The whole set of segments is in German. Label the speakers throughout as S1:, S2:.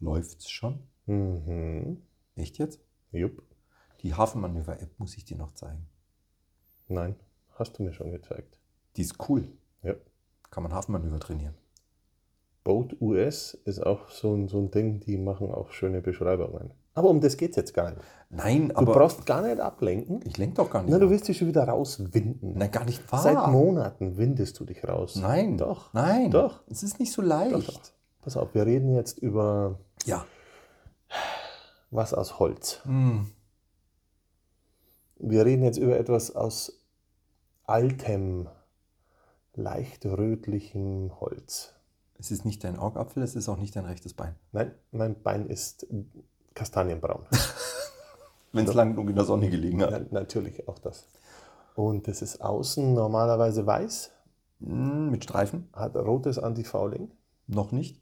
S1: Läuft's schon?
S2: Mhm.
S1: Echt jetzt?
S2: Jupp.
S1: Die Hafenmanöver-App muss ich dir noch zeigen.
S2: Nein, hast du mir schon gezeigt.
S1: Die ist cool.
S2: Ja.
S1: Kann man Hafenmanöver trainieren.
S2: Boat US ist auch so ein, so ein Ding, die machen auch schöne Beschreibungen. Aber um das geht es jetzt gar nicht.
S1: Nein,
S2: Du
S1: aber
S2: brauchst gar nicht ablenken.
S1: ich lenk doch gar nicht.
S2: Na, du
S1: ab.
S2: willst dich schon wieder rauswinden.
S1: Nein, gar nicht wahr.
S2: Seit Monaten windest du dich raus.
S1: Nein.
S2: Doch.
S1: Nein.
S2: Doch.
S1: Es ist nicht so leicht.
S2: Doch, doch. Pass auf, wir reden jetzt über
S1: Ja.
S2: was aus Holz.
S1: Hm.
S2: Wir reden jetzt über etwas aus altem, leicht rötlichem Holz.
S1: Es ist nicht dein Augapfel, es ist auch nicht dein rechtes Bein.
S2: Nein, mein Bein ist kastanienbraun.
S1: Wenn es lang genug in der Sonne gelegen
S2: Na, natürlich auch das. Und das ist außen normalerweise weiß,
S1: Hm, mit Streifen?
S2: hat rotes Antifouling.
S1: Noch nicht?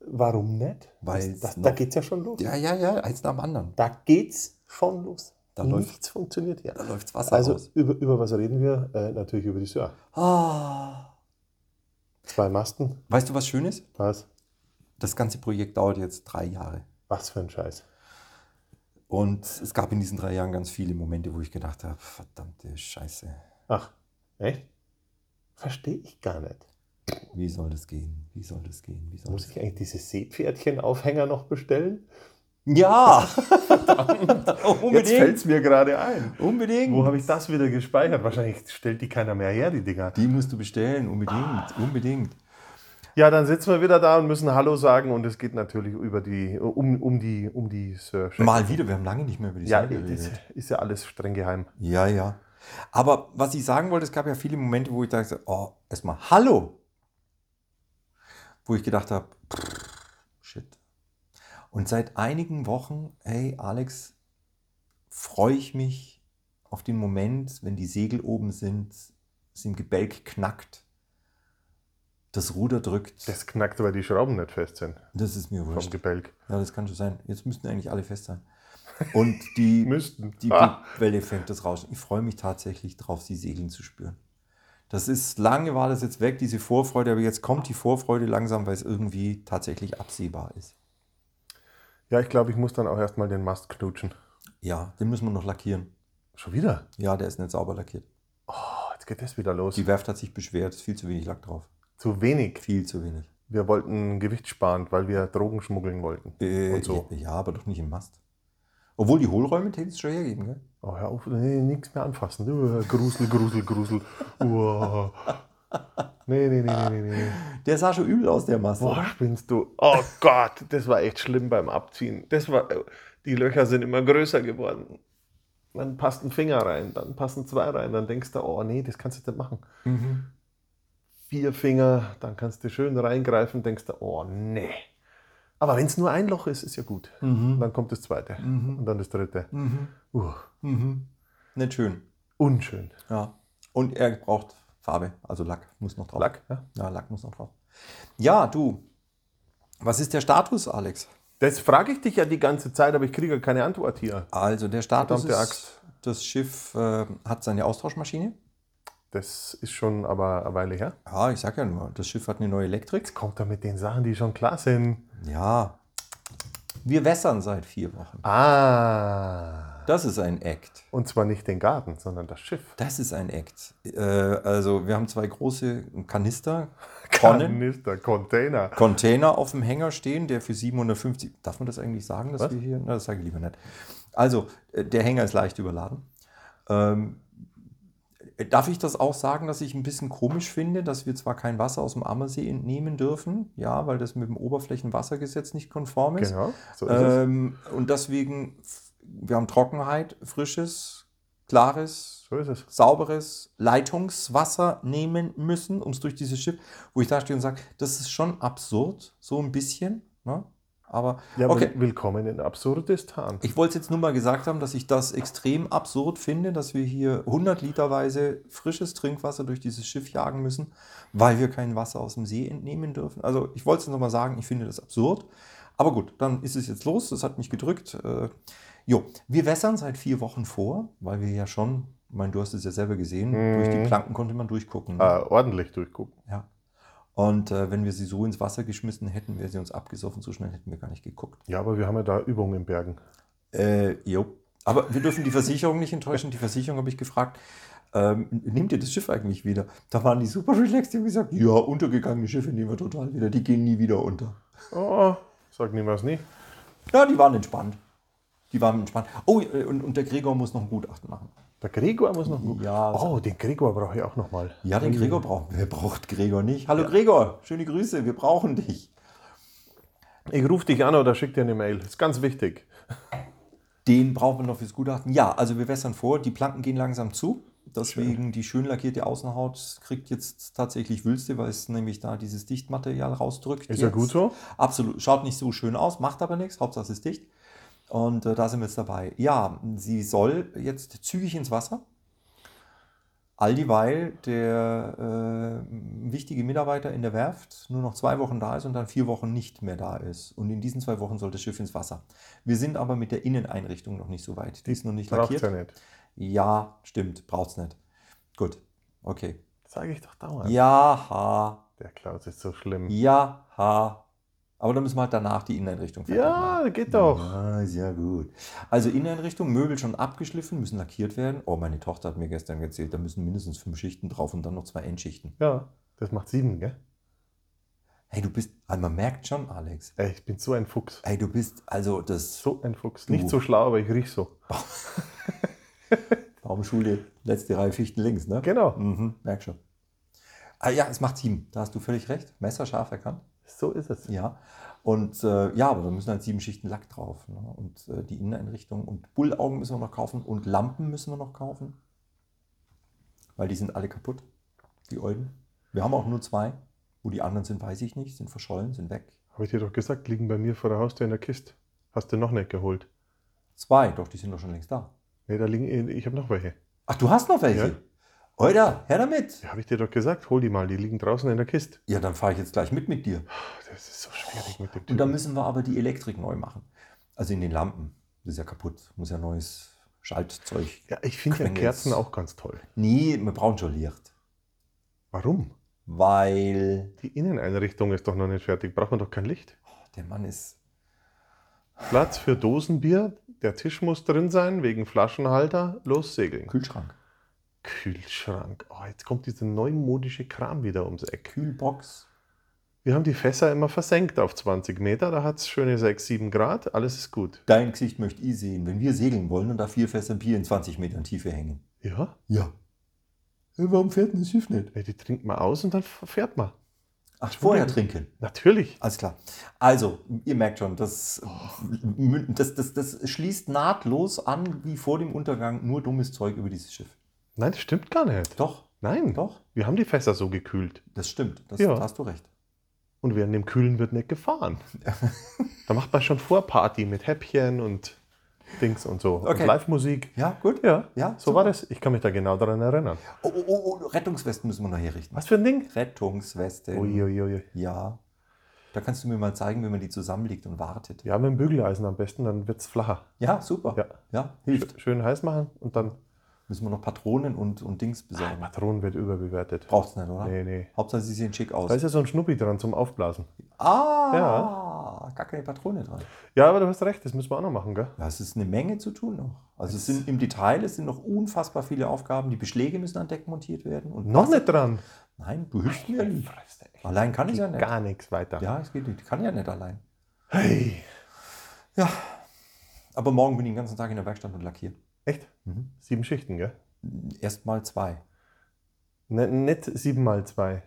S2: Warum nicht?
S1: Weil
S2: das, das,
S1: es
S2: da
S1: noch-
S2: geht's ja schon los.
S1: Ja, ja, ja, eins nach dem anderen.
S2: Da geht's schon los.
S1: Da
S2: Nichts
S1: läuft-
S2: funktioniert ja.
S1: Da läuft's Wasser
S2: Also
S1: raus.
S2: über, über was reden wir? Äh, natürlich über die Sör.
S1: Ah.
S2: Zwei Masten.
S1: Weißt du, was schön ist?
S2: Was?
S1: Das ganze Projekt dauert jetzt drei Jahre.
S2: Was für ein Scheiß.
S1: Und es gab in diesen drei Jahren ganz viele Momente, wo ich gedacht habe, verdammte Scheiße,
S2: Ach, echt? Verstehe ich gar nicht.
S1: wie soll das gehen? Wie soll das gehen? Wie soll
S2: Muss
S1: das
S2: ich eigentlich diese Seepferdchen-Aufhänger noch bestellen?
S1: Ja!
S2: Jetzt
S1: unbedingt!
S2: fällt's mir gerade ein.
S1: Unbedingt!
S2: Wo habe ich das wieder gespeichert? Wahrscheinlich stellt die keiner mehr her, die Dinger.
S1: Die musst du bestellen, unbedingt, unbedingt.
S2: Ja, dann sitzen wir wieder da und müssen Hallo sagen und es geht natürlich über die, um, um die, um die Sir Shack-
S1: Mal wieder, wir haben lange nicht mehr über die
S2: Ja,
S1: Sache
S2: das
S1: geredet.
S2: ist ja alles streng geheim.
S1: Ja, ja. Aber was ich sagen wollte, es gab ja viele Momente, wo ich dachte, oh, erstmal Hallo. Wo ich gedacht habe, pff, shit. Und seit einigen Wochen, hey Alex, freue ich mich auf den Moment, wenn die Segel oben sind, es im Gebälk knackt, das Ruder drückt.
S2: Das knackt, weil die Schrauben nicht fest sind
S1: das ist mir
S2: vom
S1: wurscht.
S2: Gebälk.
S1: Ja, das kann schon sein. Jetzt müssten eigentlich alle fest sein. Und die,
S2: Müssten.
S1: die
S2: Ah,
S1: Welle fängt das Rauschen. Ich freue mich tatsächlich drauf, sie segeln zu spüren. Das ist, lange war das jetzt weg, diese Vorfreude, aber jetzt kommt die Vorfreude langsam, weil es irgendwie tatsächlich absehbar ist.
S2: ja, ich glaube, ich muss dann auch erstmal den Mast knutschen.
S1: Ja, den müssen wir noch lackieren.
S2: Schon wieder?
S1: Ja, der ist nicht sauber lackiert.
S2: Oh, jetzt geht das wieder los.
S1: Die Werft hat sich beschwert, ist viel zu wenig Lack drauf.
S2: Zu wenig.
S1: Viel zu wenig.
S2: Wir wollten Gewicht sparen, weil wir Drogen schmuggeln wollten.
S1: Äh,
S2: Und so.
S1: Ja, aber doch nicht im Mast. Obwohl die Hohlräume täten es schon hergeben, gell?
S2: Oh, hör auf, nee, nichts mehr anfassen. Uh, grusel, grusel, grusel. Uh. Nee, nee, nee, nee, nee, nee.
S1: Der sah schon übel aus, der Mast.
S2: Boah,
S1: oder?
S2: spinnst du? Oh Gott, das war echt schlimm beim Abziehen. Das war, die Löcher sind immer größer geworden. Dann passt ein Finger rein, dann passen zwei rein, dann denkst du, oh nee, das kannst du nicht machen.
S1: Mhm.
S2: Vier Finger, dann kannst du schön reingreifen, denkst du, oh nee. Aber wenn es nur ein Loch ist, ist ja gut. Und
S1: Mhm.
S2: dann kommt das zweite
S1: Mhm.
S2: und dann das dritte.
S1: Mhm.
S2: Uh,
S1: Mhm. Nicht schön.
S2: unschön.
S1: Ja. Und er braucht Farbe, also Lack muss noch drauf.
S2: Lack, ja?
S1: Ja, Lack muss noch drauf. Ja, du. Was ist der Status, Alex?
S2: Das frage ich dich ja die ganze Zeit, aber ich kriege ja keine Antwort hier.
S1: Also der Status
S2: Verdammte
S1: ist, das Schiff äh, hat seine Austauschmaschine.
S2: Das ist schon aber eine Weile her.
S1: Ja, ich sag ja nur, das Schiff hat eine neue Elektrik.
S2: Kommt er mit den Sachen, die schon klar sind.
S1: Ja. Wir wässern seit vier Wochen.
S2: Ah.
S1: Das ist ein Act.
S2: Und zwar nicht den Garten, sondern das Schiff.
S1: Das ist ein Act. Äh, also wir haben zwei große Kanister, Tonnen,
S2: Kanister, Container.
S1: Container auf dem Hänger stehen, der für 750. Darf man das eigentlich sagen, dass
S2: Was?
S1: wir hier. Na, das sage ich lieber nicht. Also, äh, der Hänger ist leicht überladen. Ähm, äh, darf ich das auch sagen, dass ich ein bisschen komisch finde, dass wir zwar kein Wasser aus dem Ammersee entnehmen dürfen? Ja, weil das mit dem Oberflächenwassergesetz nicht konform ist.
S2: Genau, so ist es.
S1: ähm, und deswegen, f- wir haben Trockenheit, frisches, klares,
S2: So ist es.
S1: sauberes Leitungswasser nehmen müssen, um es durch dieses Schiff, wo ich da stehe und sage, das ist schon absurd, so ein bisschen. Ne? Aber
S2: Ja,
S1: Okay.
S2: okay. Willkommen in Absurdistan.
S1: ich wollte es jetzt nur mal gesagt haben, dass ich das extrem absurd finde, dass wir hier 100 Literweise frisches Trinkwasser durch dieses Schiff jagen müssen, weil wir kein Wasser aus dem See entnehmen dürfen. Also ich wollte es nochmal sagen, ich finde das absurd. Aber gut, dann ist es jetzt los, das hat mich gedrückt. Äh, jo, wir wässern seit vier Wochen vor, weil wir ja schon, ich meine, du hast es ja selber gesehen,
S2: Mhm.
S1: durch die Planken konnte man durchgucken. ne?
S2: Ah, ordentlich durchgucken.
S1: Und äh, wenn wir sie so ins Wasser geschmissen hätten, wäre sie uns abgesoffen, so schnell hätten wir gar nicht geguckt.
S2: Ja, aber wir haben ja da Übungen in Bergen.
S1: Äh, jo. Aber wir dürfen die Versicherung nicht enttäuschen. Die Versicherung habe ich gefragt, ähm, nehmt ihr das Schiff eigentlich wieder? Da waren die super relaxed, die haben gesagt, ja, untergegangene Schiffe nehmen wir total wieder, die gehen nie wieder unter.
S2: Oh, sag niemals nie.
S1: Ja, die waren entspannt. Die waren entspannt. Oh, äh, und, und der Gregor muss noch ein Gutachten machen.
S2: Der Gregor muss noch.
S1: Ja. also
S2: Oh, den Gregor brauche ich auch nochmal.
S1: Ja, den Gregor brauchen wir. Wer braucht Gregor nicht? Hallo Gregor, schöne Grüße, wir brauchen dich.
S2: Ich rufe dich an oder schick dir eine Mail. Ist ganz wichtig.
S1: Den brauchen wir noch fürs Gutachten. Ja, also wir wässern vor, die Planken gehen langsam zu. Deswegen die schön lackierte Außenhaut kriegt jetzt tatsächlich Wülste, weil es nämlich da dieses Dichtmaterial rausdrückt.
S2: Ist ja
S1: jetzt.
S2: gut so.
S1: Absolut. Schaut nicht so schön aus, macht aber nichts. Hauptsache es ist dicht. Und äh, da sind wir jetzt dabei. Ja, sie soll jetzt zügig ins Wasser. All dieweil der äh, wichtige Mitarbeiter in der Werft nur noch zwei Wochen da ist und dann vier Wochen nicht mehr da ist. Und in diesen zwei Wochen soll das Schiff ins Wasser. Wir sind aber mit der Inneneinrichtung noch nicht so weit. Die ist noch nicht
S2: Braucht
S1: lackiert.
S2: ja nicht.
S1: Ja, stimmt. Braucht's nicht. Gut. Okay.
S2: Sage ich doch dauernd.
S1: Ja, ha.
S2: Der Klaus ist so schlimm.
S1: Ja, ha. Aber dann müssen wir halt danach die Inneneinrichtung fertig machen.
S2: Ja, geht doch.
S1: Ja, sehr gut. Also Inneneinrichtung, Möbel schon abgeschliffen, müssen lackiert werden. Oh, meine Tochter hat mir gestern erzählt, da müssen mindestens fünf Schichten drauf und dann noch zwei Endschichten.
S2: Ja, das macht sieben, gell?
S1: Hey, du bist, ah, man merkt schon, Alex.
S2: Ey, ich bin so ein Fuchs.
S1: Hey, du bist, also das
S2: So ein Fuchs.
S1: Du.
S2: Nicht so schlau, aber ich riech so.
S1: Baumschule, letzte Reihe Fichten links, ne?
S2: Genau.
S1: Mhm, merk schon. Ah ja, es macht sieben, da hast du völlig recht. Messerscharf erkannt.
S2: So ist es.
S1: Ja. Und äh, ja, aber da müssen halt sieben Schichten Lack drauf. Ne? Und äh, die Inneneinrichtung und Bullaugen müssen wir noch kaufen und Lampen müssen wir noch kaufen. Weil die sind alle kaputt, die Olden. Wir haben auch nur zwei. Wo die anderen sind, weiß ich nicht. Sind verschollen, sind weg.
S2: Habe ich dir doch gesagt, liegen bei mir vor der Haustür in der Kiste. Hast du noch nicht geholt?
S1: Zwei, doch, die sind doch schon längst da.
S2: Nee, da liegen, äh, ich habe noch welche.
S1: Ach, du hast noch welche?
S2: Ja.
S1: Alter, her damit!
S2: Ja, habe ich dir doch gesagt, hol die mal, die liegen draußen in der Kiste.
S1: Ja, dann fahre ich jetzt gleich mit mit dir.
S2: Ach, Das ist so schwierig mit dem
S1: Und dann
S2: Typen.
S1: müssen wir aber die Elektrik neu machen. Also in den Lampen. Das ist ja kaputt. Muss ja neues Schaltzeug.
S2: Ja, ich finde ja
S1: Quengels.
S2: Kerzen auch ganz toll.
S1: Nee, wir brauchen schon Licht.
S2: Warum?
S1: Weil oh,
S2: Die Inneneinrichtung ist doch noch nicht fertig. Braucht man doch kein Licht.
S1: der Mann ist.
S2: Platz für Dosenbier. Der Tisch muss drin sein, wegen Flaschenhalter. Lossegeln.
S1: Kühlschrank.
S2: Kühlschrank. Oh, jetzt kommt dieser neumodische Kram wieder ums Eck.
S1: Kühlbox.
S2: Wir haben die Fässer immer versenkt auf 20 Meter. Da hat es schöne 6, 7 Grad. Alles ist gut.
S1: Dein Gesicht möchte ich sehen, wenn wir segeln wollen und da vier Fässer Bier in 20 Metern Tiefe hängen.
S2: Ja,
S1: Ja. Äh, Warum fährt denn das Schiff nicht?
S2: die trinkt man aus und dann fährt man.
S1: Ach, vorher trinken.
S2: Natürlich.
S1: Alles klar. Also, ihr merkt schon, das, mü- das, das, das schließt nahtlos an wie vor dem Untergang nur dummes Zeug über dieses Schiff.
S2: Nein, das stimmt gar nicht.
S1: Doch,
S2: Nein,
S1: doch,
S2: wir haben die Fässer so gekühlt.
S1: das stimmt. Das,
S2: Ja.
S1: Da hast du recht.
S2: Und während dem Kühlen wird nicht gefahren. da macht man schon Vorparty mit Häppchen und Dings und so.
S1: Okay.
S2: Und Live-Musik.
S1: Ja, gut.
S2: Ja,
S1: Ja,
S2: so war das. Ich kann mich da genau daran erinnern.
S1: Oh, oh, oh, oh, Rettungswesten müssen wir noch herrichten.
S2: Was für ein Ding?
S1: Rettungsweste.
S2: Uiuiui.
S1: Ja. Da kannst du mir mal zeigen, wie man die zusammenlegt und wartet.
S2: Ja, mit dem Bügeleisen am besten, dann wird es flacher.
S1: Ja, super.
S2: Ja.
S1: hilft.
S2: Schön heiß machen und dann.
S1: Müssen wir noch Patronen und, und Dings
S2: Ah,
S1: besorgen.
S2: Patronen wird überbewertet.
S1: Braucht's nicht, oder?
S2: Nee, nee.
S1: Hauptsache, sie sehen schick aus.
S2: Da ist ja so ein Schnuppi dran zum Aufblasen.
S1: ah,
S2: Ja.
S1: gar keine Patrone dran.
S2: Ja, aber du hast recht, das müssen wir auch noch machen, gell?
S1: Ja, es ist eine Menge zu tun noch. Also es sind im Detail, es sind noch unfassbar viele Aufgaben. Die Beschläge müssen an Deck montiert werden. Und
S2: Noch nicht dran.
S1: Nein, du hilfst mir nicht.
S2: Fresse, ey.
S1: Allein kann ich ja nicht.
S2: Gar nichts weiter.
S1: Ja, es geht nicht. Ich kann ja nicht allein.
S2: Hey.
S1: Ja. Aber morgen bin ich den ganzen Tag in der Werkstatt und lackiere.
S2: Echt?
S1: Mhm.
S2: Sieben Schichten, gell?
S1: Erstmal zwei.
S2: N nicht sieben mal zwei.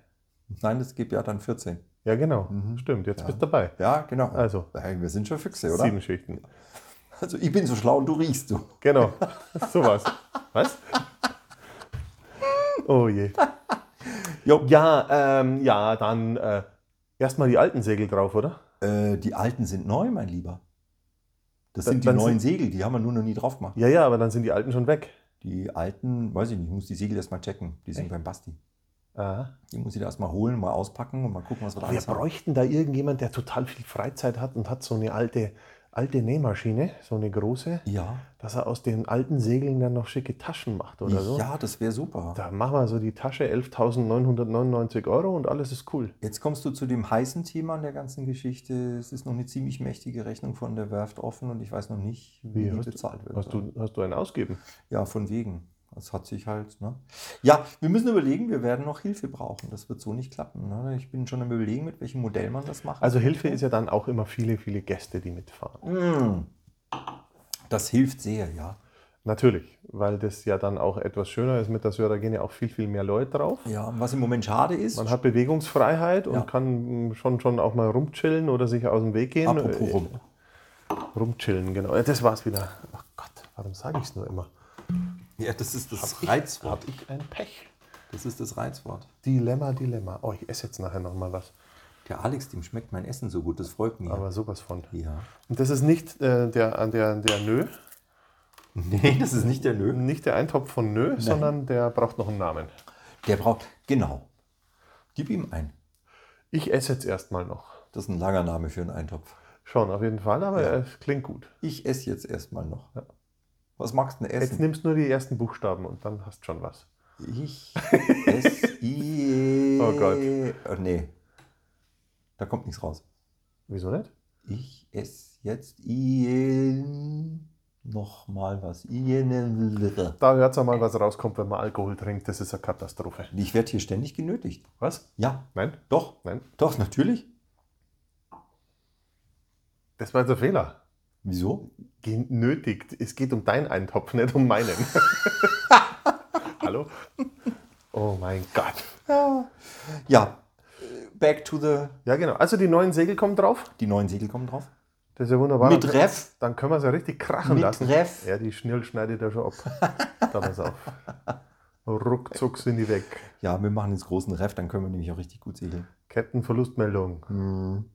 S1: Nein, das gibt ja dann 14.
S2: Ja, genau.
S1: Mhm.
S2: Stimmt, jetzt
S1: Ja.
S2: bist du dabei.
S1: Ja, genau.
S2: Also.
S1: Hey, wir sind schon Füchse, oder?
S2: Sieben Schichten.
S1: Also ich bin so schlau und du riechst du.
S2: Genau. Sowas. Was? Oh je.
S1: Jo.
S2: Ja, ähm, ja, dann äh, erstmal die alten Segel drauf, oder?
S1: Äh, die alten sind neu, mein Lieber. Das
S2: Da-
S1: sind die
S2: dann
S1: neuen Segel, die haben wir nur noch nie drauf gemacht.
S2: Ja, ja, aber dann sind die alten schon weg.
S1: Die alten, weiß ich nicht, ich muss die Segel erstmal checken. Die sind
S2: Echt?
S1: beim Basti.
S2: Aha.
S1: Die muss ich da erstmal holen, mal auspacken und mal gucken, was wir da
S2: Wir
S1: Äh? alles haben.
S2: bräuchten da irgendjemand, der total viel Freizeit hat und hat so eine alte, alte Nähmaschine, so eine große,
S1: Ja,
S2: dass er aus den alten Segeln dann noch schicke Taschen macht oder so.
S1: ja, das wäre super.
S2: Da machen wir so die Tasche 11.999 Euro und alles ist cool.
S1: Jetzt kommst du zu dem heißen Thema an der ganzen Geschichte. Es ist noch eine ziemlich mächtige Rechnung von der Werft offen und ich weiß noch nicht, wie,
S2: Wie,
S1: die
S2: hast du-
S1: bezahlt wird.
S2: Hast du, hast du einen ausgeben?
S1: Ja, von wegen. Das hat sich halt, ne? Ja, wir müssen überlegen, wir werden noch Hilfe brauchen. Das wird so nicht klappen. Ne? Ich bin schon am überlegen, mit welchem Modell man das macht.
S2: Also Hilfe ist ja dann auch immer viele, viele Gäste, die mitfahren.
S1: Mm. Das hilft sehr, ja.
S2: Natürlich, weil das ja dann auch etwas schöner ist mit der Söder, gehen ja auch viel, viel mehr Leute drauf.
S1: Ja, und was im Moment schade ist,
S2: Man hat Bewegungsfreiheit und
S1: Ja.
S2: kann mh, schon, schon auch mal rumchillen oder sich aus dem Weg gehen.
S1: apropos
S2: Äh,
S1: rum.
S2: Rumchillen, genau. Ja, Das war's wieder. Ach Gott, warum sage ich es nur immer?
S1: Ja, das ist das
S2: Hab ich ein Pech.
S1: Das ist das Reizwort.
S2: Dilemma, Dilemma. Oh, ich esse jetzt nachher nochmal was.
S1: Der Alex, dem schmeckt mein Essen so gut, das freut mich.
S2: Aber sowas von.
S1: ja.
S2: Und das ist nicht äh, der, an der, der Nö,
S1: Nee, das ist nicht der Nö.
S2: nicht der Eintopf von Nö, sondern der braucht noch einen Namen.
S1: Der braucht, genau. Gib ihm ein.
S2: Ich esse jetzt erstmal noch.
S1: Das ist ein langer Name für einen Eintopf.
S2: Schon, auf jeden Fall, aber es klingt gut.
S1: Ich esse jetzt erstmal noch. Was magst du denn essen?
S2: Jetzt nimmst du nur die ersten Buchstaben und dann hast schon was.
S1: Ich esse. I-
S2: Oh Gott.
S1: Oh, nee. Da kommt nichts raus.
S2: Wieso nicht?
S1: Ich esse jetzt Ien. Nochmal was. Ien.
S2: Da hört mal, was rauskommt, wenn man Alkohol trinkt. Das ist eine Katastrophe.
S1: Ich werde hier ständig genötigt.
S2: Was?
S1: Ja,
S2: Nein?
S1: doch,
S2: Nein?
S1: doch, natürlich.
S2: Das war jetzt ein Fehler.
S1: Wieso?
S2: Genötigt. Es geht um deinen Eintopf, nicht um meinen. Hallo? Oh mein Gott.
S1: Ja. ja. Back to the.
S2: Ja, genau. Also die neuen Segel kommen drauf.
S1: Die neuen Segel kommen drauf.
S2: Das ist ja wunderbar.
S1: Mit
S2: Dann-
S1: Ref.
S2: Dann können wir es ja richtig krachen
S1: Mit
S2: lassen.
S1: Ref.
S2: Ja, die Schnirl schneidet er schon ab. da pass auf. Ruckzuck sind die weg.
S1: Ja, wir machen jetzt großen Ref, dann können wir nämlich auch richtig gut segeln.
S2: Kettenverlustmeldung.
S1: Hm.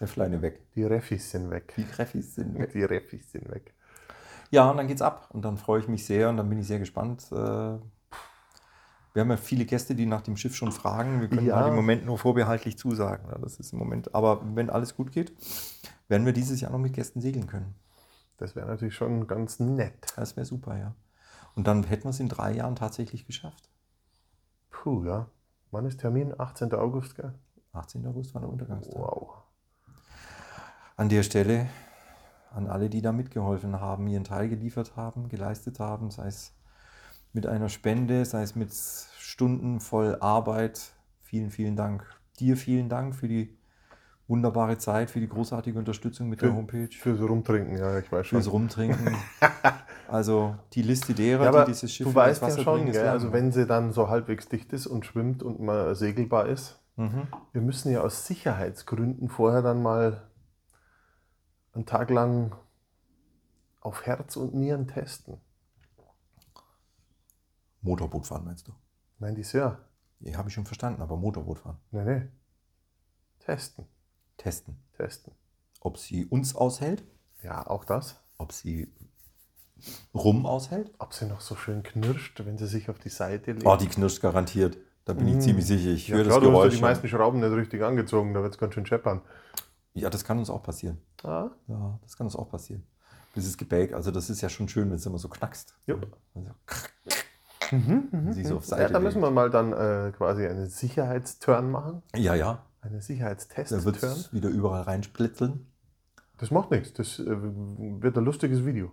S1: Refleine weg.
S2: Die Refis sind weg.
S1: Die Refis sind weg.
S2: Die Refis sind weg.
S1: Ja, und dann geht's ab. Und dann freue ich mich sehr und dann bin ich sehr gespannt. Äh, Wir haben ja viele Gäste, die nach dem Schiff schon fragen. Wir können
S2: Ja.
S1: halt im Moment nur vorbehaltlich zusagen. Ja, Das ist im Moment. Aber wenn alles gut geht, werden wir dieses Jahr noch mit Gästen segeln können.
S2: Das wäre natürlich schon ganz nett.
S1: Das wäre super, ja. Und dann hätten wir es in drei Jahren tatsächlich geschafft.
S2: Puh, ja. Wann ist Termin? 18. August, gell?
S1: 18. August war der Untergangstag.
S2: Wow.
S1: An der Stelle an alle, die da mitgeholfen haben, ihren Teil geliefert haben, geleistet haben, sei es mit einer Spende, sei es mit Stunden voll Arbeit. Vielen, vielen Dank. Dir vielen Dank für die wunderbare Zeit, für die großartige Unterstützung mit der
S2: Für-
S1: Homepage,
S2: Fürs Rumtrinken, ja, ich weiß schon.
S1: fürs Rumtrinken. also die Liste derer,
S2: ja, aber
S1: die dieses Schiff
S2: du
S1: über das
S2: weißt ja
S1: Wasser
S2: schon,
S1: bringen, ist
S2: gell?
S1: lang.
S2: also wenn sie dann so halbwegs dicht ist und schwimmt und mal segelbar ist,
S1: mhm.
S2: wir müssen ja aus Sicherheitsgründen vorher dann mal einen Tag lang auf Herz und Nieren testen.
S1: Motorboot fahren meinst du?
S2: Nein, dies ja.
S1: Ja, habe ich schon verstanden, aber Motorboot fahren.
S2: Nein, nein. Testen,
S1: Testen.
S2: testen.
S1: Ob sie uns aushält,
S2: Ja, auch das.
S1: ob sie rum aushält.
S2: Ob sie noch so schön knirscht, wenn sie sich auf die Seite legt.
S1: Oh, die knirscht garantiert. Da bin ich
S2: Mm.
S1: ziemlich sicher. Ich
S2: Ja,
S1: höre
S2: klar,
S1: das
S2: du hast ja
S1: Geräusch.
S2: die meisten Schrauben nicht richtig angezogen, da wird es ganz schön scheppern.
S1: ja, das kann uns auch passieren.
S2: Ah,
S1: Ja, das kann uns auch passieren. Bis es gebäck. Also, das ist ja schon schön, wenn es immer so knackst.
S2: Jo.
S1: Also, krack,
S2: Mhm,
S1: wenn sie so auf Seite
S2: ja, da müssen
S1: legt.
S2: wir mal dann äh, quasi einen Sicherheitsturn machen.
S1: ja, ja. Da
S2: Einen
S1: wird
S2: Sicherheitstest-Turn.
S1: es wieder überall reinsplitzeln.
S2: Das macht nichts. Das äh, wird ein lustiges Video.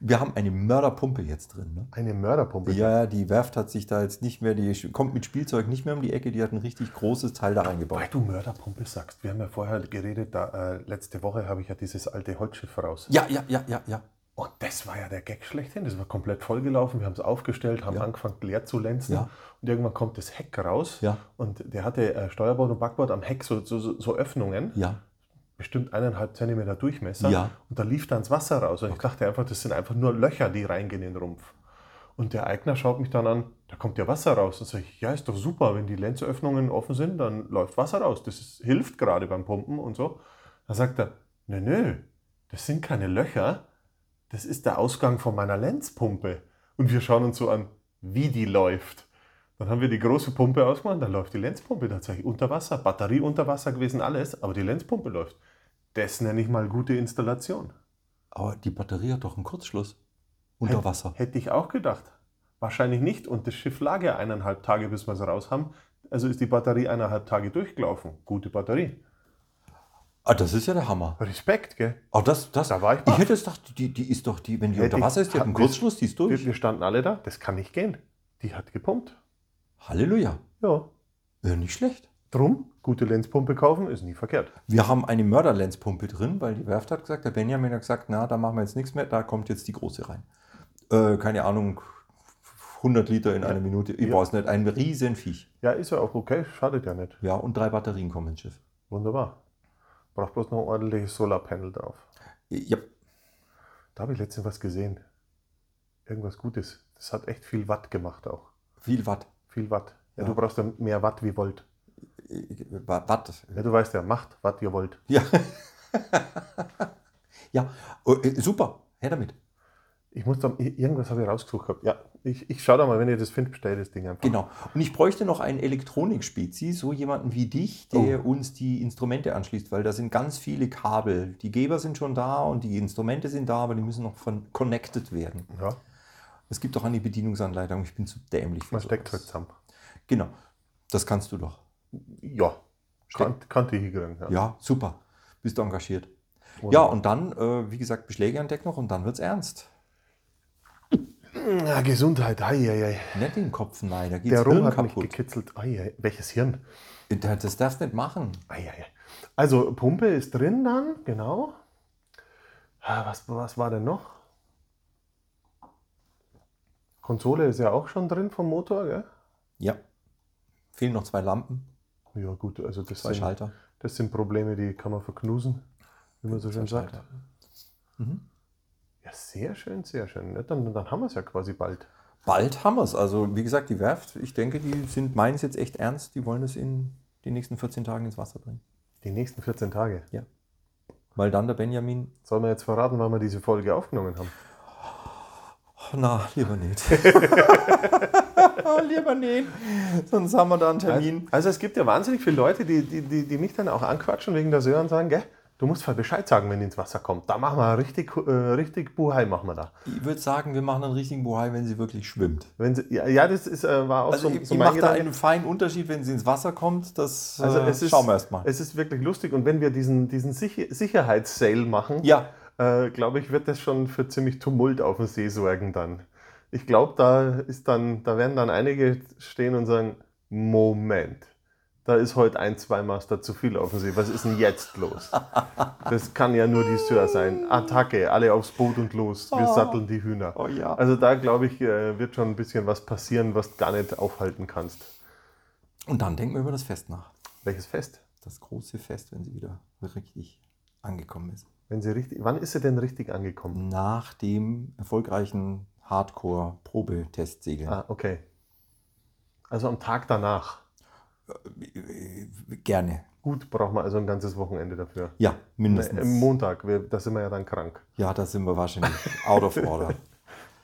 S1: Wir haben eine Mörderpumpe jetzt drin. Ne?
S2: Eine Mörderpumpe.
S1: Ja, ja, die Werft hat sich da jetzt nicht mehr, die kommt mit Spielzeug nicht mehr um die Ecke. Die hat ein richtig großes Teil da
S2: Weil
S1: reingebaut.
S2: du Mörderpumpe sagst. Wir haben ja vorher geredet, da, äh, letzte Woche habe ich ja dieses alte Holzschiff raus.
S1: Ja, ja, ja, ja, ja.
S2: Und das war ja der Gag schlechthin. Das war komplett vollgelaufen. Wir haben es aufgestellt, haben
S1: Ja.
S2: angefangen leer zu lenzen.
S1: Ja.
S2: Und irgendwann kommt das Heck raus.
S1: Ja.
S2: Und der hatte äh, Steuerbord und Backbord am Heck so, so, so- so Öffnungen.
S1: Ja,
S2: Bestimmt eineinhalb Zentimeter Durchmesser.
S1: Ja.
S2: Und da lief dann das Wasser raus. Und ich dachte einfach, das sind einfach nur Löcher, die reingehen in den Rumpf. Und der Eigner schaut mich dann an, da kommt ja Wasser raus. Und sage ich, ja, ist doch super, wenn die Lenzöffnungen offen sind, dann läuft Wasser raus. Das ist, hilft gerade beim Pumpen und so. Da sagt er, nö, nö, das sind keine Löcher, das ist der Ausgang von meiner Lenzpumpe. Und wir schauen uns so an, wie die läuft. Dann haben wir die große Pumpe ausgemacht, dann läuft die Lenzpumpe tatsächlich unter Wasser, Batterie unter Wasser gewesen, alles, aber die Lenzpumpe läuft. Das nenne ich mal gute Installation.
S1: Aber die Batterie hat doch einen Kurzschluss. Unter
S2: Hätt-
S1: Wasser.
S2: Hätte ich auch gedacht. Wahrscheinlich nicht. Und das Schiff lag ja eineinhalb Tage, bis wir es raus haben. Also ist die Batterie eineinhalb Tage durchgelaufen. Gute Batterie.
S1: Ah, das ist ja der Hammer.
S2: Respekt, gell?
S1: Ah, das, das.
S2: Da war ich
S1: ich
S2: baff.
S1: hätte es gedacht, die, die ist doch die, wenn die
S2: Hätte
S1: unter Wasser
S2: ich-
S1: ist, die hat einen
S2: hat- wir-
S1: Kurzschluss, die ist
S2: Wir,
S1: durch.
S2: wir standen alle da. Das kann nicht gehen. Die hat gepumpt.
S1: Halleluja.
S2: Ja.
S1: Ja, nicht schlecht.
S2: Drum, gute Lenzpumpe kaufen ist nie verkehrt.
S1: Wir haben eine Mörderlenzpumpe drin, weil die Werft hat gesagt, der Benjamin hat gesagt, na, da machen wir jetzt nichts mehr, da kommt jetzt die große rein. Äh, keine Ahnung, 100 Liter in
S2: Ja.
S1: einer Minute, ich
S2: Ja.
S1: weiß nicht, ein riesen Viech.
S2: Ja, ist ja auch okay. Schadet ja nicht.
S1: Ja, und drei Batterien kommen ins Schiff.
S2: Wunderbar. Braucht bloß noch ein ordentliches Solarpanel drauf.
S1: Ja,
S2: Da habe ich letztens was gesehen. Irgendwas Gutes. Das hat echt viel Watt gemacht auch.
S1: viel Watt.
S2: Viel Watt. Ja,
S1: Ja.
S2: du brauchst ja mehr Watt wie Volt.
S1: Äh, Wa- Watt.
S2: Ja, du weißt ja, macht, was ihr wollt.
S1: Ja. ja, äh, super, her damit.
S2: Ich muss da, irgendwas habe ich rausgesucht gehabt. Ja, ich, ich schaue da mal, wenn ihr das findet, bestell das Ding einfach.
S1: Genau. Und ich bräuchte noch einen Elektronikspezi, so jemanden wie dich, der
S2: Oh.
S1: uns die Instrumente anschließt, weil da sind ganz viele Kabel. Die Geber sind schon da und die Instrumente sind da, aber die müssen noch von connected werden.
S2: Ja,
S1: Es gibt auch eine Bedienungsanleitung, ich bin zu dämlich für
S2: man steckt halt
S1: sowas.
S2: zusammen.
S1: Genau. Das kannst du doch.
S2: Ja, kann, kannte ich hinkriegen. Ja.
S1: Ja, super. Bist du engagiert.
S2: Und-
S1: Ja, und dann, äh, wie gesagt, Beschläge an Deck noch und dann wird's ernst.
S2: Ah, Gesundheit, ei, ei, ei.
S1: Nicht den Kopf, nein, da geht's
S2: Der Rum
S1: Hirn
S2: hat mich
S1: kaputt.
S2: gekitzelt. Ei, ei. Welches Hirn?
S1: Da- Das darfst du nicht machen.
S2: Ei, ei, ei. Also, Pumpe ist drin dann, genau. Ah, Was, was war denn noch? Konsole ist ja auch schon drin vom Motor, gell?
S1: Ja. Fehlen noch zwei Lampen,
S2: Ja, gut, also das
S1: zwei
S2: sind,
S1: Schalter.
S2: Das sind Probleme, die kann man verknusen, wie man so
S1: Zwei
S2: schön sagt.
S1: Schalter. Mhm.
S2: Ja, sehr schön, sehr schön. Ja, Dann, dann haben wir es ja quasi bald.
S1: Bald haben wir es. Also, wie gesagt, die Werft, ich denke, die sind meins jetzt echt ernst. Die wollen es in den nächsten 14 Tagen ins Wasser bringen.
S2: Die nächsten 14 Tage.
S1: Weil dann der Benjamin,
S2: Sollen wir jetzt verraten, wann wir diese Folge aufgenommen haben?
S1: oh, na, lieber nicht. lieber nicht. Sonst haben wir da einen Termin.
S2: Also es gibt ja wahnsinnig viele Leute, die, die, die, die mich dann auch anquatschen wegen der Söhre und sagen, gell, du musst mal Bescheid sagen, wenn die ins Wasser kommt. Da machen wir richtig, äh, richtig Buhai machen wir da.
S1: Ich würde sagen, wir machen einen richtigen Bohai, wenn sie wirklich schwimmt.
S2: Wenn sie, ja, ja, das ist, äh, war auch
S1: Also,
S2: so,
S1: ich,
S2: so
S1: ich
S2: mein
S1: mache da
S2: Gedanke.
S1: einen feinen Unterschied, wenn sie ins Wasser kommt. Das
S2: Also
S1: äh,
S2: es ist,
S1: schauen wir erstmal.
S2: es ist wirklich lustig. Und wenn wir diesen, diesen Sicher Sicherheitssale machen,
S1: Ja,
S2: äh, glaube ich, wird das schon für ziemlich Tumult auf dem See sorgen dann. Ich glaube, da ist dann, da werden dann einige stehen und sagen, Moment, da ist heute ein, zwei Master zu viel auf dem See. Was ist denn jetzt los? Das kann ja nur die Sör sein. Attacke, alle aufs Boot und los. Wir
S1: Oh.
S2: satteln die Hühner.
S1: oh ja.
S2: Also da glaube ich, äh, wird schon ein bisschen was passieren, was du gar nicht aufhalten kannst.
S1: Und dann denken wir über das Fest nach.
S2: Welches Fest?
S1: Das große Fest, wenn sie wieder richtig angekommen ist.
S2: Wenn sie richtig, wann ist sie denn richtig
S1: Mhm.
S2: angekommen?
S1: Nach dem erfolgreichen Hardcore-Probetestsegeln.
S2: Ah, okay. Also am Tag danach.
S1: Äh, Gerne.
S2: Gut, braucht man also ein ganzes Wochenende dafür.
S1: Ja, mindestens.
S2: Am Montag, wir, da sind wir ja dann krank.
S1: ja, da sind wir wahrscheinlich out of order.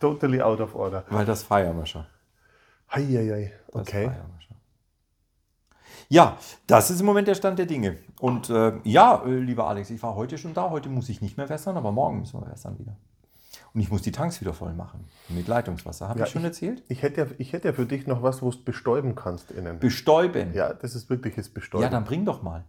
S2: Totally out of order.
S1: Weil das feiern wir schon.
S2: Heieiei.
S1: Das
S2: Okay.
S1: feiern wir schon. Ja, das ist im Moment der Stand der Dinge. Und äh, ja, äh, lieber Alex, ich war heute schon da. Heute muss ich nicht mehr wässern, aber morgen müssen wir wässern wieder. Und ich muss die Tanks wieder voll machen. Mit Leitungswasser. Habe
S2: Ja,
S1: ich schon
S2: ich-
S1: erzählt?
S2: Ich hätte, ja, ich hätte ja für dich noch was, wo du bestäuben kannst innen.
S1: Bestäuben.
S2: ja, das ist wirkliches Bestäuben.
S1: ja, dann bring doch mal.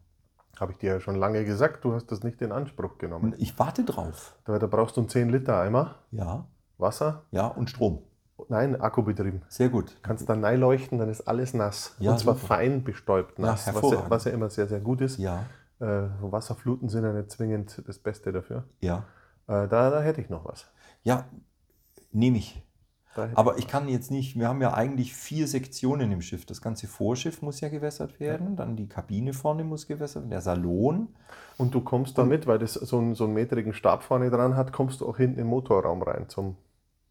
S2: Habe ich dir ja schon lange gesagt, du hast das nicht in Anspruch genommen.
S1: Ich warte drauf.
S2: Da, da brauchst du einen 10 Liter Eimer
S1: Ja,
S2: Wasser.
S1: ja, und Strom.
S2: Nein, Akku betrieben.
S1: Sehr gut.
S2: Kannst dann neu leuchten, dann ist alles nass.
S1: Ja,
S2: Und zwar
S1: super.
S2: fein bestäubt nass, was, ja,
S1: hervorragend.
S2: was ja immer sehr, sehr gut ist.
S1: Ja,
S2: Äh, Wasserfluten sind ja nicht zwingend das Beste dafür.
S1: ja.
S2: Äh, da, da hätte ich noch was.
S1: Ja, nehme ich.
S2: Da hätte
S1: Aber ich kann jetzt nicht, wir haben ja eigentlich vier Sektionen im Schiff. Das ganze Vorschiff muss ja gewässert werden, dann die Kabine vorne muss gewässert werden, der Salon.
S2: Und du kommst damit, weil das so einen, so einen metrigen Stab vorne dran hat, kommst du auch hinten im Motorraum rein zum